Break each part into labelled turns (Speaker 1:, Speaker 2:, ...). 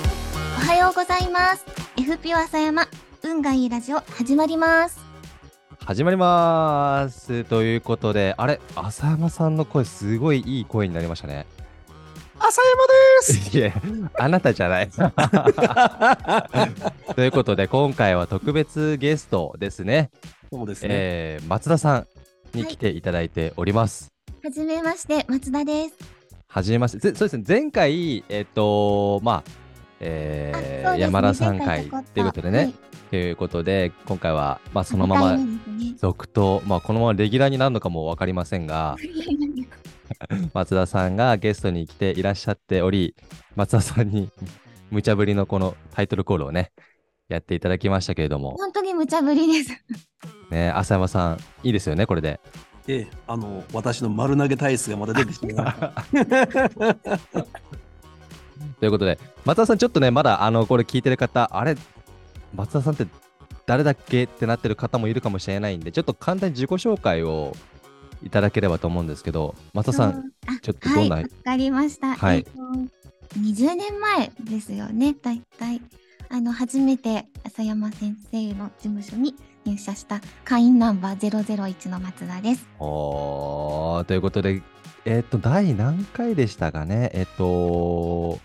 Speaker 1: とうございます。F ピュアさやま、運がいいラジオ始まります。
Speaker 2: 始まりますということであれ浅山さんの声すごいいい声になりましたね
Speaker 3: 浅
Speaker 2: いえあなたじゃない ということで今回は特別ゲストですね
Speaker 3: 山そうですね。
Speaker 2: えー松田さんに来ていただいております、
Speaker 1: はじめまして、松田です。
Speaker 2: はじめましてぜそうですね前回えっ、とまあえー
Speaker 1: あそうですね
Speaker 2: 山田さん
Speaker 1: 前回
Speaker 2: 会
Speaker 1: 囲った
Speaker 2: ということでね、
Speaker 1: はい
Speaker 2: ということで今回はまあそのま
Speaker 1: 二
Speaker 2: ま
Speaker 1: 回目ですね
Speaker 2: 続投まあこのままレギュラーになるのかも分かりませんが松田さんがゲストに来ていらっしゃっており 松田さんに無茶ぶりのこのタイトルコールをねやっていただきましたけれども、
Speaker 1: 本当に無茶ぶりです。
Speaker 2: ね、浅山さんいいですよねこれで
Speaker 3: ええあの私の丸投げ体質がまた出て きてます。
Speaker 2: ということで松田さんちょっとねまだあのこれ聞いてる方あれ松田さんって誰だっけってなってる方もいるかもしれないんでちょっと簡単に自己紹介をいただければと思うんですけど松田さん
Speaker 1: あ
Speaker 2: ちょっとどんな
Speaker 1: はい、わかりました。
Speaker 2: はい
Speaker 1: えっと20年前ですよね、だいたい。あの、初めて浅山先生の事務所に入社した会員ナンバー001の松田です。
Speaker 2: おーということで、えっ、と、第何回でしたかねえっ、と、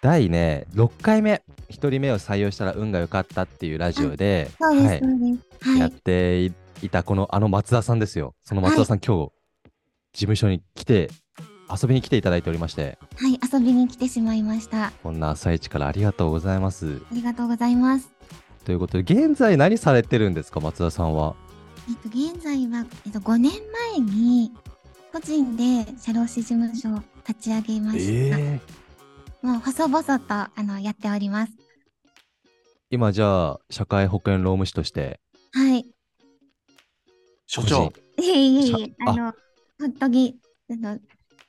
Speaker 2: 第ね、6回目、1人目を採用したら運が良かったっていうラジオで、
Speaker 1: そうです、
Speaker 2: はい
Speaker 1: そうです。は
Speaker 2: やっ
Speaker 1: い。
Speaker 2: ていたこのあの松田さんですよ。その松田さん、今日、事務所に来て、遊びに来ていただいておりまして、
Speaker 1: はい、遊びに来てしまいました。あ
Speaker 2: こんな朝一からありがとうございます。
Speaker 1: りがとうございます。
Speaker 2: ということで、現在何されてるんですか、松田さんは。
Speaker 1: えっと、現在は、えっと、5年前に個人で社労士事務所を立ち上げました。
Speaker 2: ー
Speaker 1: もう細々とあのやっております。
Speaker 2: 今じゃあ、社会保険労務士として、
Speaker 1: はい。
Speaker 3: 所長
Speaker 2: 個人、
Speaker 1: いえいえいえ
Speaker 2: さ、あ
Speaker 1: あの、本当に、あの、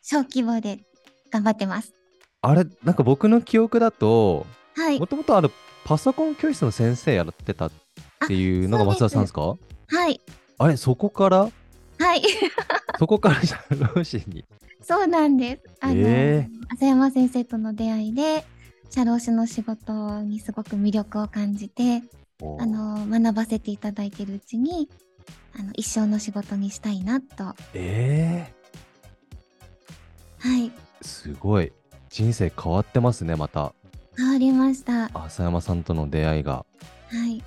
Speaker 1: 小規模で頑張ってます。
Speaker 2: あれ、なんか僕の記憶だと、
Speaker 1: はい
Speaker 2: も。ともとあのパソコン教室の先生やってたっていうのが
Speaker 1: あ
Speaker 2: 松田さんですか
Speaker 1: はい。
Speaker 2: あれ、そこから、
Speaker 1: はい。
Speaker 2: そこから社労士に。
Speaker 1: そうなんです。あの、
Speaker 2: ええ
Speaker 1: 浅山先生との出会いで、社労士の仕事にすごく魅力を感じて、あの、学ばせていただいているうちに、あの、一生の仕事にしたいなと、は
Speaker 2: え
Speaker 1: い、
Speaker 2: ー、すごい。人生変わってますね、また。
Speaker 1: 変わりました。は
Speaker 2: 浅山さんとの出会いが。
Speaker 1: い。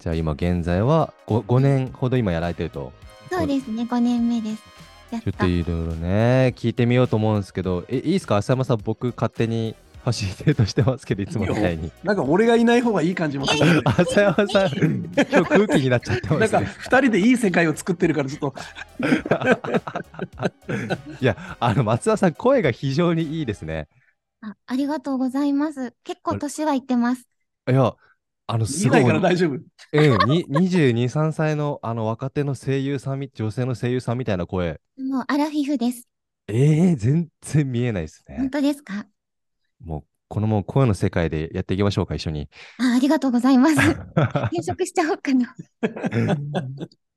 Speaker 2: じゃあ今現在は 5, 5年ほど今やられてると。
Speaker 1: そうですね、5年目です。やっ
Speaker 2: ちょったと。いろいろね、聞いてみようと思うんですけど、えいいですか浅山さん、僕勝手にファシリテートしてますけど、いつもみたいに。
Speaker 3: なんか俺がいない方がいい感じ もする。
Speaker 2: 浅山さん、今日空気になっちゃって
Speaker 3: な
Speaker 2: ま
Speaker 3: ん
Speaker 2: す
Speaker 3: か
Speaker 2: ね。
Speaker 3: 二人でいい世界を作ってるからちょっと
Speaker 2: いや、あの、松田さん、声が非常にいいですね。
Speaker 1: あありがとうございます。結構年はいってます。
Speaker 2: いや、あの、す
Speaker 3: 見
Speaker 2: ご、
Speaker 3: ないいから
Speaker 2: うん、
Speaker 3: 大丈夫。
Speaker 2: に22、3歳の、あの、若手の声優さんみ、女性の声優さんみたいな声。
Speaker 1: もうアラフィフです。
Speaker 2: ええ全然見えないです
Speaker 1: 本
Speaker 2: ね。
Speaker 1: 当ですか
Speaker 2: もう、このもう声の世界でやっていきましょうか、一緒 に。
Speaker 1: あありがとうござ います。転職しちゃおうかな。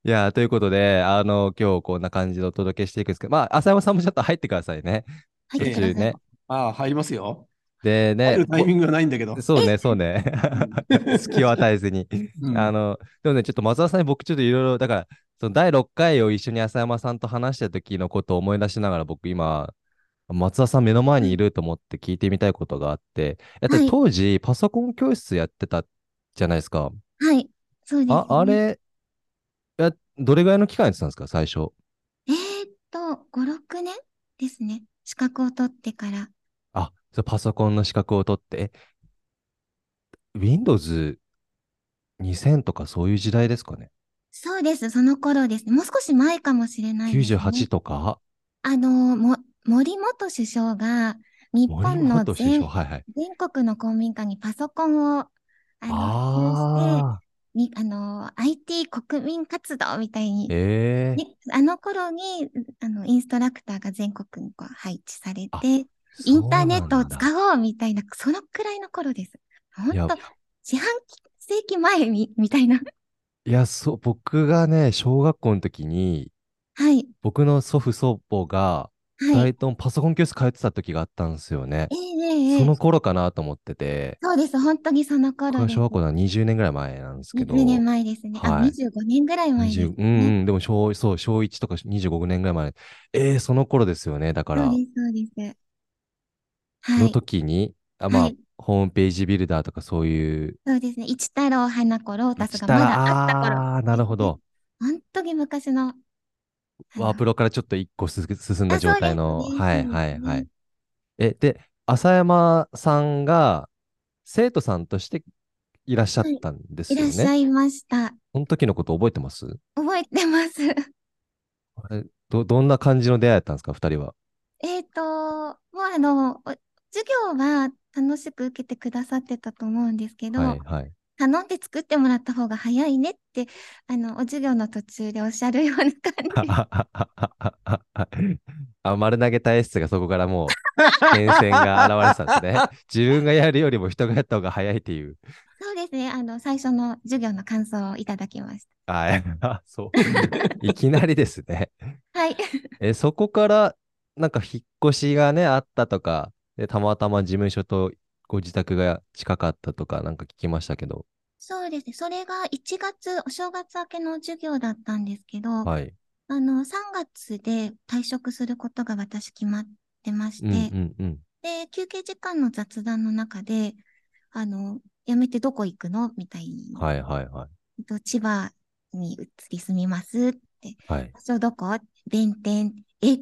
Speaker 2: いや、ということで、あの、今日こんな感じでお届けしていくんですけど、まあ、浅山さんもちょっと入ってくださいね。
Speaker 1: 入っ
Speaker 2: 途
Speaker 1: てくださ
Speaker 2: 中
Speaker 1: い。
Speaker 2: ね。
Speaker 3: ああ入りますよ。
Speaker 2: で
Speaker 3: 入
Speaker 2: ね
Speaker 3: る、タイミングがないんだけど。
Speaker 2: そうね、そう ね。隙を与えずに。
Speaker 3: うん
Speaker 2: あの、でもね、ちょっと松田さんに僕ちょっといろいろ、だから、その第6回を一緒に浅山さんと話した時のことを思い出しながら、僕今、松田さん目の前にいると思って聞いてみたいことがあって、やっぱ
Speaker 1: は
Speaker 2: り
Speaker 1: い
Speaker 2: 当時、パソコン教室やってたじゃないですか。
Speaker 1: はい。そうです、ね。
Speaker 2: あ、あれ、や、どれぐらいの期間やってたんですか、最初。
Speaker 1: えー、っと、5、6年ですね。資格を取ってから。
Speaker 2: あ、そうパソコンの資格を取って、え Windows 2000とかそういう時代ですかね。
Speaker 1: そうです。その頃ですね。もう少し前かもしれないです、ね。
Speaker 2: 98とか、
Speaker 1: あの、も、森元首相が、日
Speaker 2: 森
Speaker 1: 本の
Speaker 2: 本首
Speaker 1: 全
Speaker 2: 相、はいはい。
Speaker 1: 全国の公民館にパソコンを、あの、普及して、
Speaker 2: ああ、
Speaker 1: に、あの、IT 国民活動みたいに、
Speaker 2: ええ
Speaker 1: ね、あの頃に、あの、インストラクターが全国にこう配置され
Speaker 2: あ
Speaker 1: て、インターネットを
Speaker 2: う。
Speaker 1: 使おうみたいな、そのくらいの頃です。本
Speaker 2: いや
Speaker 1: 当四半世紀前みみたいな。
Speaker 2: いや、そう、僕がね、小学校の時に、
Speaker 1: はい、
Speaker 2: 僕の祖父祖母が、
Speaker 1: は
Speaker 2: 2
Speaker 1: い。
Speaker 2: 人ともパソコン教室通ってた時があったんですよね
Speaker 1: え。えええ
Speaker 2: そ
Speaker 1: え
Speaker 2: の
Speaker 1: え
Speaker 2: 頃かなと思ってて、
Speaker 1: そうです。本当にその
Speaker 2: これ
Speaker 1: 頃
Speaker 2: は
Speaker 1: です。
Speaker 2: 小学校の20年ぐらい前なんですけど。
Speaker 1: 20年前ですね。あ、
Speaker 2: はい
Speaker 1: 25年ぐらい前です、
Speaker 2: 20
Speaker 1: ね。
Speaker 2: うんうん、でも小、そう、小1とか25年ぐらい前。えー、その頃ですよね。だから、
Speaker 1: そうです、そうです。は
Speaker 2: の
Speaker 1: い。
Speaker 2: 時に、あまあ
Speaker 1: はい、
Speaker 2: ホームページビルダーとかそういう、
Speaker 1: そうですね。一太郎、花子、ロータスが
Speaker 2: した
Speaker 1: ま
Speaker 2: ら
Speaker 1: だあった頃。
Speaker 2: あーなるほど。
Speaker 1: 本当に昔の。
Speaker 2: ワープ
Speaker 1: ロ
Speaker 2: ロからちょっと一個す進んだ状態の、
Speaker 1: あそうですね
Speaker 2: は
Speaker 1: そうで
Speaker 2: い
Speaker 1: すね
Speaker 2: はいはい。え、で、浅山さんが生徒さんとしていらっしゃったんです
Speaker 1: い
Speaker 2: よ
Speaker 1: らっしゃ
Speaker 2: ね。
Speaker 1: いました。
Speaker 2: その時のこと覚えてます
Speaker 1: 覚えてます。
Speaker 2: えど、どんな感じの出会いだったんですか、二人は。
Speaker 1: えっと、もうあの、お授業は楽しく受けてくださってたと思うんですけど、
Speaker 2: はいはい。
Speaker 1: 頼んで作ってもらった方が早いねって、あの、お授業の途中でおっしゃるような感じ。
Speaker 2: あ、丸投げ体質がそこからもう、変遷が現れてたんですね。 自分がやるよりも人がやった方が早いっていう。
Speaker 1: そうですね。あの、最初の授業の感想をいただきまし
Speaker 2: はい。 あそう。いきなりですね。
Speaker 1: た。はい。
Speaker 2: え、そこから、なんか引っ越しがね、あったとか、で、たまたま事務所とご自宅が近かったとか、なんか聞きましたけど。
Speaker 1: そうですね。それが1月、お正月明けの授業だったんですけど、
Speaker 2: はい。
Speaker 1: あの、3月で退職することが私決まってまして、
Speaker 2: うんうんうん。
Speaker 1: で、休憩時間の雑談の中で、あの、辞めてどこ行くのみたいに、
Speaker 2: はいはいはい。
Speaker 1: えっと千葉に移り住みますって、
Speaker 2: はい。
Speaker 1: 場所どこ弁天。え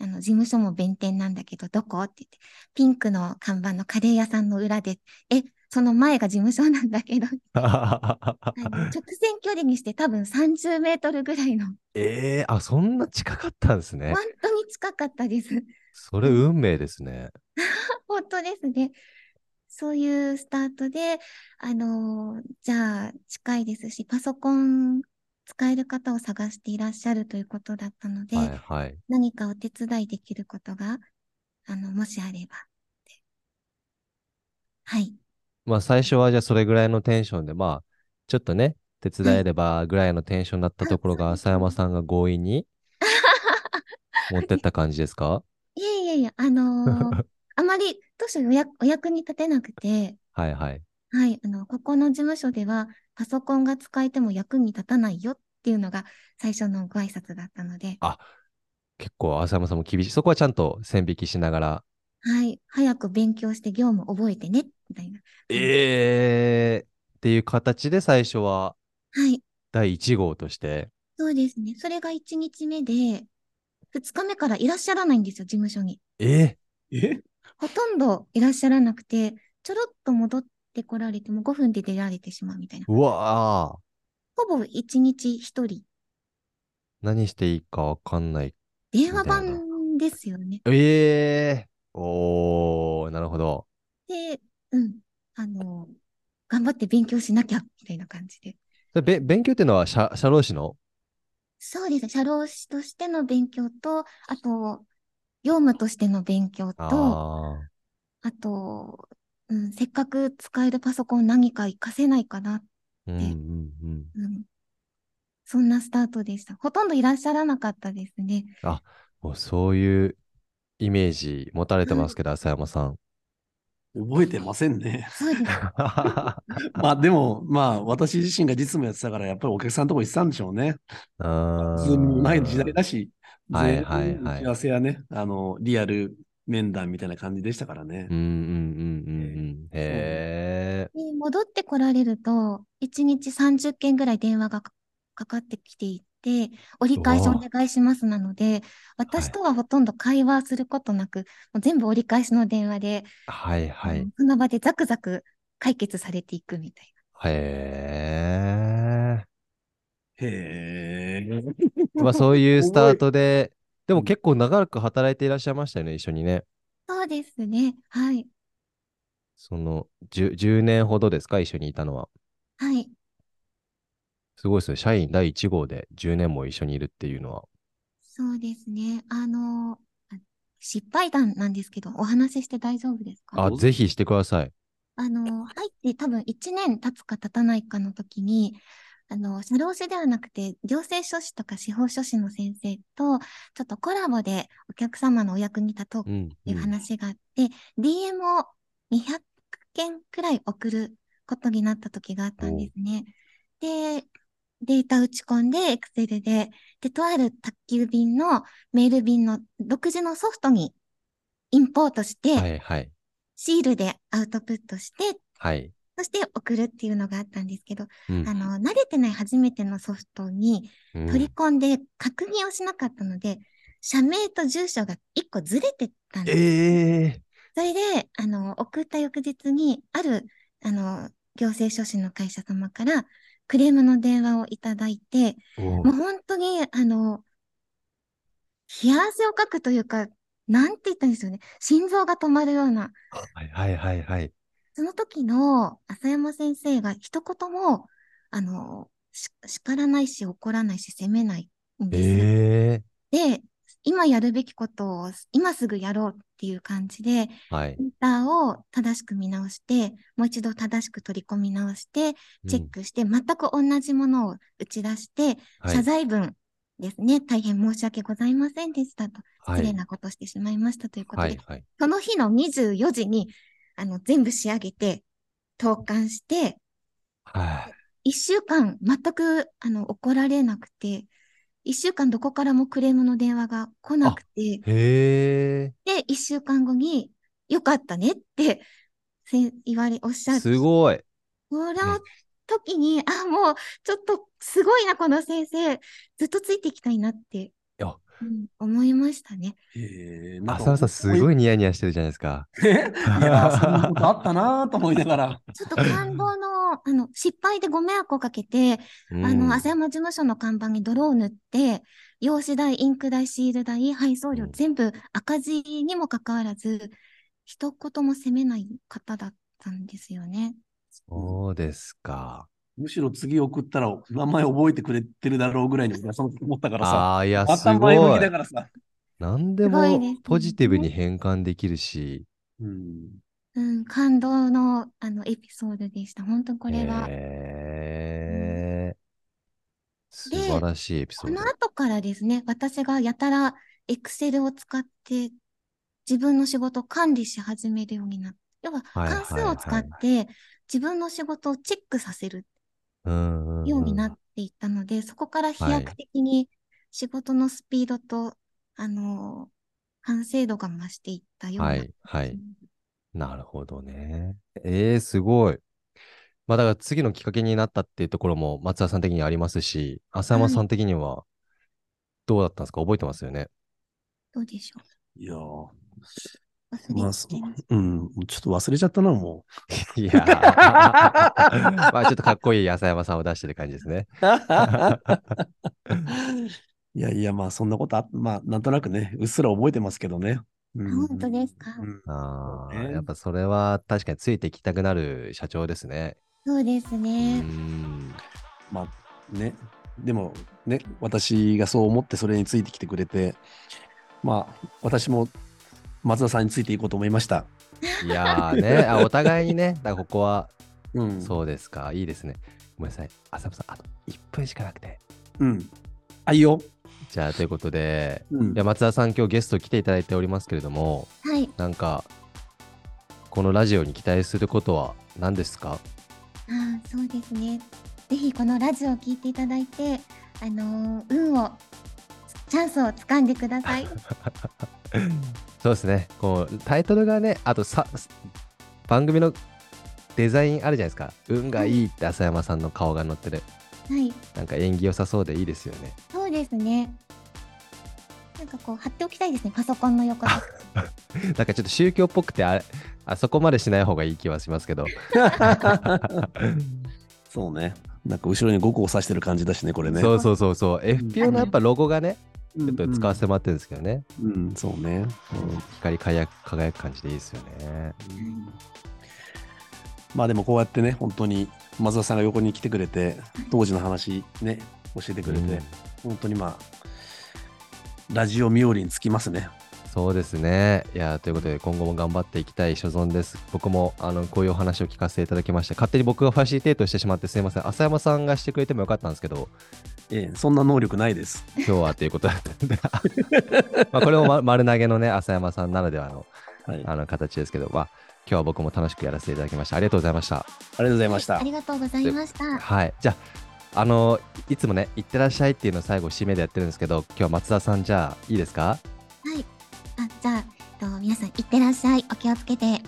Speaker 1: あの、事務所も弁天なんだけど、どこって言って、ピンクの看板のカレー屋さんの裏で、え、その前が事務所なんだけど、あの直線距離にして多分30メートルぐらいの、
Speaker 2: えー、あ、そんな近かったんですね
Speaker 1: 本。当に近かったです。
Speaker 2: それ運命ですね。
Speaker 1: 本当ですね。そういうスタートで、あのーじゃあ近いですし、パソコン使える方を探していらっしゃるということだったので、
Speaker 2: はいはい。
Speaker 1: 何かお手伝いできることが、あの、もしあればって。はい。
Speaker 2: まあ最初はじゃあそれぐらいのテンションで、まあちょっとね、手伝えればぐらいのテンションだったところが
Speaker 1: あ
Speaker 2: 浅山さんが強引に持ってった感じですか
Speaker 1: いえいえいえ、あのーあまり、当初お役お役に立てなくて、
Speaker 2: はいはい。
Speaker 1: はい、あの、ここの事務所では、パソコンが使えても役に立たないよっていうのが最初のご挨拶だったので、
Speaker 2: 結構浅山さんも厳しい。そこはちゃんと線引きしながら。
Speaker 1: はい、早く勉強して業務覚えてね、みたいな。
Speaker 2: えーっていう形で最初は
Speaker 1: はい、
Speaker 2: 第1号として。
Speaker 1: そうですね。それが1日目で、2日目からいらっしゃらないんですよ、事務所に。
Speaker 2: え
Speaker 3: え
Speaker 1: ほとんどいらっしゃらなくて、ちょろっと戻ってこられても5分で出られてしまうみたいな。
Speaker 2: うわあ
Speaker 1: ほぼ1日1人。
Speaker 2: 何していいかわかんない。
Speaker 1: 電話
Speaker 2: みたい
Speaker 1: 番ですよね。
Speaker 2: えーおー、なるほど。
Speaker 1: で、うん。あの、頑張って勉強しなきゃ、みたいな感じで。
Speaker 2: でべ勉強っていうのは社社労士の
Speaker 1: そうです。社労士としての勉強と、あと、業務としての勉強と、あ
Speaker 2: ああ。
Speaker 1: と、うん、せっかく使えるパソコン何か活かせないかな、
Speaker 2: うんうんうん。
Speaker 1: うん。そんなスタートでした。ほとんどいらっしゃらなかったですね。
Speaker 2: もうそういうイメージ持たれてますけど、浅山さん。
Speaker 3: 覚えてませんね。
Speaker 1: そうです。
Speaker 3: まあでも、まあ私自身が実務やってたから、やっぱりお客さんのとこ行ってたんでしょうね。ズームもない時代だし、
Speaker 2: はいはいはい
Speaker 3: 全部打ち合わせやね、あの、リアル面談みたいな感じでしたからね。
Speaker 2: うんうんうんうんうん。へえ。
Speaker 1: で戻ってこられると、1日30件ぐらい電話がかかかってきていて、折り返しお願いしますなので、私とはほとんど会話することなく、もう全部折り返しの電話で、
Speaker 2: はいはい。
Speaker 1: その場でザクザク解決されていくみたい
Speaker 2: へ
Speaker 3: へえ。
Speaker 2: え。まあ そういうスタートで、でも
Speaker 3: うん
Speaker 2: 結構長く働いていらっしゃいましたよね、一緒にね。
Speaker 1: な。そうですね。はい。
Speaker 2: その 10, 10年ほどですか、一緒にいたのは。
Speaker 1: はい。
Speaker 2: すごいですね。社員第1号で10年も一緒にいるっていうのは。
Speaker 1: そうですね。あの、あ失敗談なんですけど、お話しして大丈夫ですか
Speaker 2: あ、ぜひしてください。
Speaker 1: あの、入って多分1年経つか経たないかの時に、あの、社労士ではなくて、行政書士とか司法書士の先生と、ちょっとコラボでお客様のお役に立とうっ
Speaker 2: うん
Speaker 1: ていう話があって、DM を200件くらい送ることになった時があったんですね。で、データ打ち込んで、Excel で、で、とある宅急便のメール便の独自のソフトにインポートして、
Speaker 2: うんはいはい
Speaker 1: シールでアウトプットして、
Speaker 2: はい。
Speaker 1: そして送るっていうのがあったんですけど、
Speaker 2: うん
Speaker 1: あの、慣れてない初めてのソフトに
Speaker 2: うん
Speaker 1: 取り込んで確認をしなかったので、社名と住所が1個ずれてたんです。
Speaker 2: え
Speaker 1: それで、あの、送った翌日に、ある、あの、行政書士の会社様からクレームの電話をいただいて、
Speaker 2: えー。
Speaker 1: もう本当に、あの、冷や汗をかくというか、なんて言ったんですよね。心臓が止まるような。
Speaker 2: はいはいはいはい。
Speaker 1: その時の浅山先生が一言も、あの、し叱らないし怒らないし責めないんですよ。
Speaker 2: ええ
Speaker 1: で、今やるべきことを今すぐやろうっていう感じで、
Speaker 2: ー。はい
Speaker 1: デ。ータを正しく見直して、もう一度正しく取り込み直して、チェックして、全く同じものを打ち出して、
Speaker 2: うん
Speaker 1: 謝罪文ですね、大変申し訳ございませんでしたと、
Speaker 2: はい
Speaker 1: 失礼なことしてしまいましたということ
Speaker 2: は
Speaker 1: で、
Speaker 2: いはい。
Speaker 1: その日の24時に、あの、全部仕上げて、投函して、
Speaker 2: はい。
Speaker 1: 1週間全く、あの、怒られなくて、1週間どこからもクレームの電話が来なくて、
Speaker 2: へ
Speaker 1: で、1週間後に、よかったねって、せ言われ、おっしゃ
Speaker 2: え。
Speaker 1: っ
Speaker 2: すごい。
Speaker 1: この時に、あ、もう、ちょっと、すごいな、この先生。ずっとついていきたいなって、
Speaker 2: や
Speaker 1: うん思いましたね。
Speaker 3: えーなんか
Speaker 2: 浅野さん、すご
Speaker 3: い。
Speaker 2: いニヤニヤしてるじゃないで すか。
Speaker 3: いや、そんなことあったなと思いながら。
Speaker 1: ちょっと感動の、あの、失敗でご迷惑をかけて、あ
Speaker 2: うん
Speaker 1: の、浅山事務所の看板に泥を塗って、用紙代、インク代、シール代、配送料
Speaker 2: うん、
Speaker 1: 全部赤字にもかかわらず、一言も責めない方だったんですよね。
Speaker 2: そうですか。
Speaker 3: むしろ次送ったら名前覚えてくれてるだろうぐらいに俺はその時思ったからさ。
Speaker 2: ああー、いや、す
Speaker 3: 頭前
Speaker 2: ご
Speaker 3: 向
Speaker 2: い
Speaker 3: きだ。からさ。
Speaker 2: 何です
Speaker 1: ごいです
Speaker 2: も
Speaker 1: ね
Speaker 2: ポジティブに変換できるし。
Speaker 3: うん。
Speaker 1: うん、感動の、あの、エピソードでした。本当これは。
Speaker 2: へえ。素晴らしいエピソ
Speaker 1: こ
Speaker 2: ード
Speaker 1: の。後からですね、私がやたら Excel を使って自分の仕事を管理し始めるようになって、要は
Speaker 2: はいはい
Speaker 1: 関数を使って自分の仕事をチェックさせる
Speaker 2: うんうんうん
Speaker 1: ようになっていったので、そこから飛躍的に仕事のスピードと、あのー、完成度が増していったような。
Speaker 2: はいはい。なるほどね。ええすごい。まあだから次のきっかけになったっていうところも松田さん的にありますし、浅山さん的にはどうだったんですか覚えてますよね。
Speaker 1: どうでしょ
Speaker 3: いやー
Speaker 1: う忘れ
Speaker 3: まあ
Speaker 1: ちゃいまし
Speaker 3: うん。ちょっと忘れちゃったな、も
Speaker 2: いやー まあちょっとかっこいい浅山さんを出してる感じですね。
Speaker 3: う。いやいや、まあそんなことあっまあなんとなくね、うっすら覚えてますけどね。
Speaker 1: た
Speaker 3: うん
Speaker 1: 本当ですか、
Speaker 3: うん
Speaker 2: ああ、
Speaker 3: そうね
Speaker 2: やっぱそれは確かについていきたくなる社長ですね。
Speaker 1: そうです
Speaker 2: う
Speaker 1: ね。
Speaker 2: ん。
Speaker 3: まあね、でもね、私がそう思ってそれについてきてくれて、まあ私も松田さんについていこうと思いました。
Speaker 2: いやーね、 あお互いにね、だからここは
Speaker 3: うん。
Speaker 2: そうですか、いいですね。ごめんなさい、浅山さん、あと1分しかなくて。
Speaker 3: う。うん。あ、いいよ。
Speaker 2: じゃあということで、
Speaker 3: うん
Speaker 2: いや松田さん、今日ゲスト来ていただいておりますけれども、
Speaker 1: はい。
Speaker 2: なんか、このラジオに期待することは何ですか
Speaker 1: ああそうですね。ぜひこのラジオを聞いていただいて、あのー運を、チャンスをつかんでください。
Speaker 2: そうですね、こうタイトルがね、あとさ番組のデザインあるじゃないですか、運がいいって浅山さんの顔が載ってる、
Speaker 1: はい、
Speaker 2: なんか縁起良さそうでいいですよね。
Speaker 1: そうですね。なんかこう貼っておきたいですね、パソコンの横とか。
Speaker 2: なんかちょっと宗教っぽくてあ、あそこまでしない方がいい気はしますけど、
Speaker 3: そうね。なんか後ろに5個を指してる感じだしね、これね。
Speaker 2: そうそうそうそう、FPO のやっぱロゴがね、
Speaker 3: う
Speaker 2: ちょっと使わせてもらってるんですけどね。
Speaker 3: うん、うんそうね。
Speaker 2: 光り輝く輝く感じでいいですよね。
Speaker 3: うんまあでもこうやってね、本当に松田さんが横に来てくれて、当時の話ね、教えてくれて、
Speaker 2: うん
Speaker 3: 本当にまあ、ラジオ冥利につきますね。
Speaker 2: そうですね。いやー、ということで、今後も頑張っていきたい所存です。僕も、あの、こういうお話を聞かせていただきました。勝手に僕がファシリテートしてしまって、すいません。浅山さんがしてくれてもよかったんですけど、
Speaker 3: ええ、そんな能力ないです。
Speaker 2: 今日はということだったんで、 まあこれもま丸投げのね、浅山さんならではの、
Speaker 3: はい、あ
Speaker 2: あの、形ですけど、まあ、今日は僕も楽しくやらせていただきました。ありがとうございました。
Speaker 3: りがとうございました
Speaker 1: あ。りがとうございました。
Speaker 2: はい。じゃあ、あの、いつもね、いってらっしゃいっていうのを最後、締めでやってるんですけど、今日は松田さん、じゃあ、いいですか
Speaker 1: はい。あ、じゃあ、えっと、皆さん、いってらっしゃい。お気をつけて、